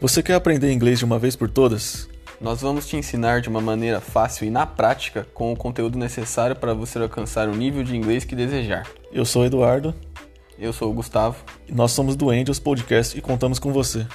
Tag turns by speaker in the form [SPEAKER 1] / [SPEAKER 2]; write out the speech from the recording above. [SPEAKER 1] Você quer aprender inglês de uma vez por todas?
[SPEAKER 2] Nós vamos te ensinar de uma maneira fácil e na prática com o conteúdo necessário para você alcançar o nível de inglês que desejar.
[SPEAKER 1] Eu sou o Eduardo
[SPEAKER 2] Eu sou o Gustavo.
[SPEAKER 1] e nós somos do Angels Podcast e contamos com você.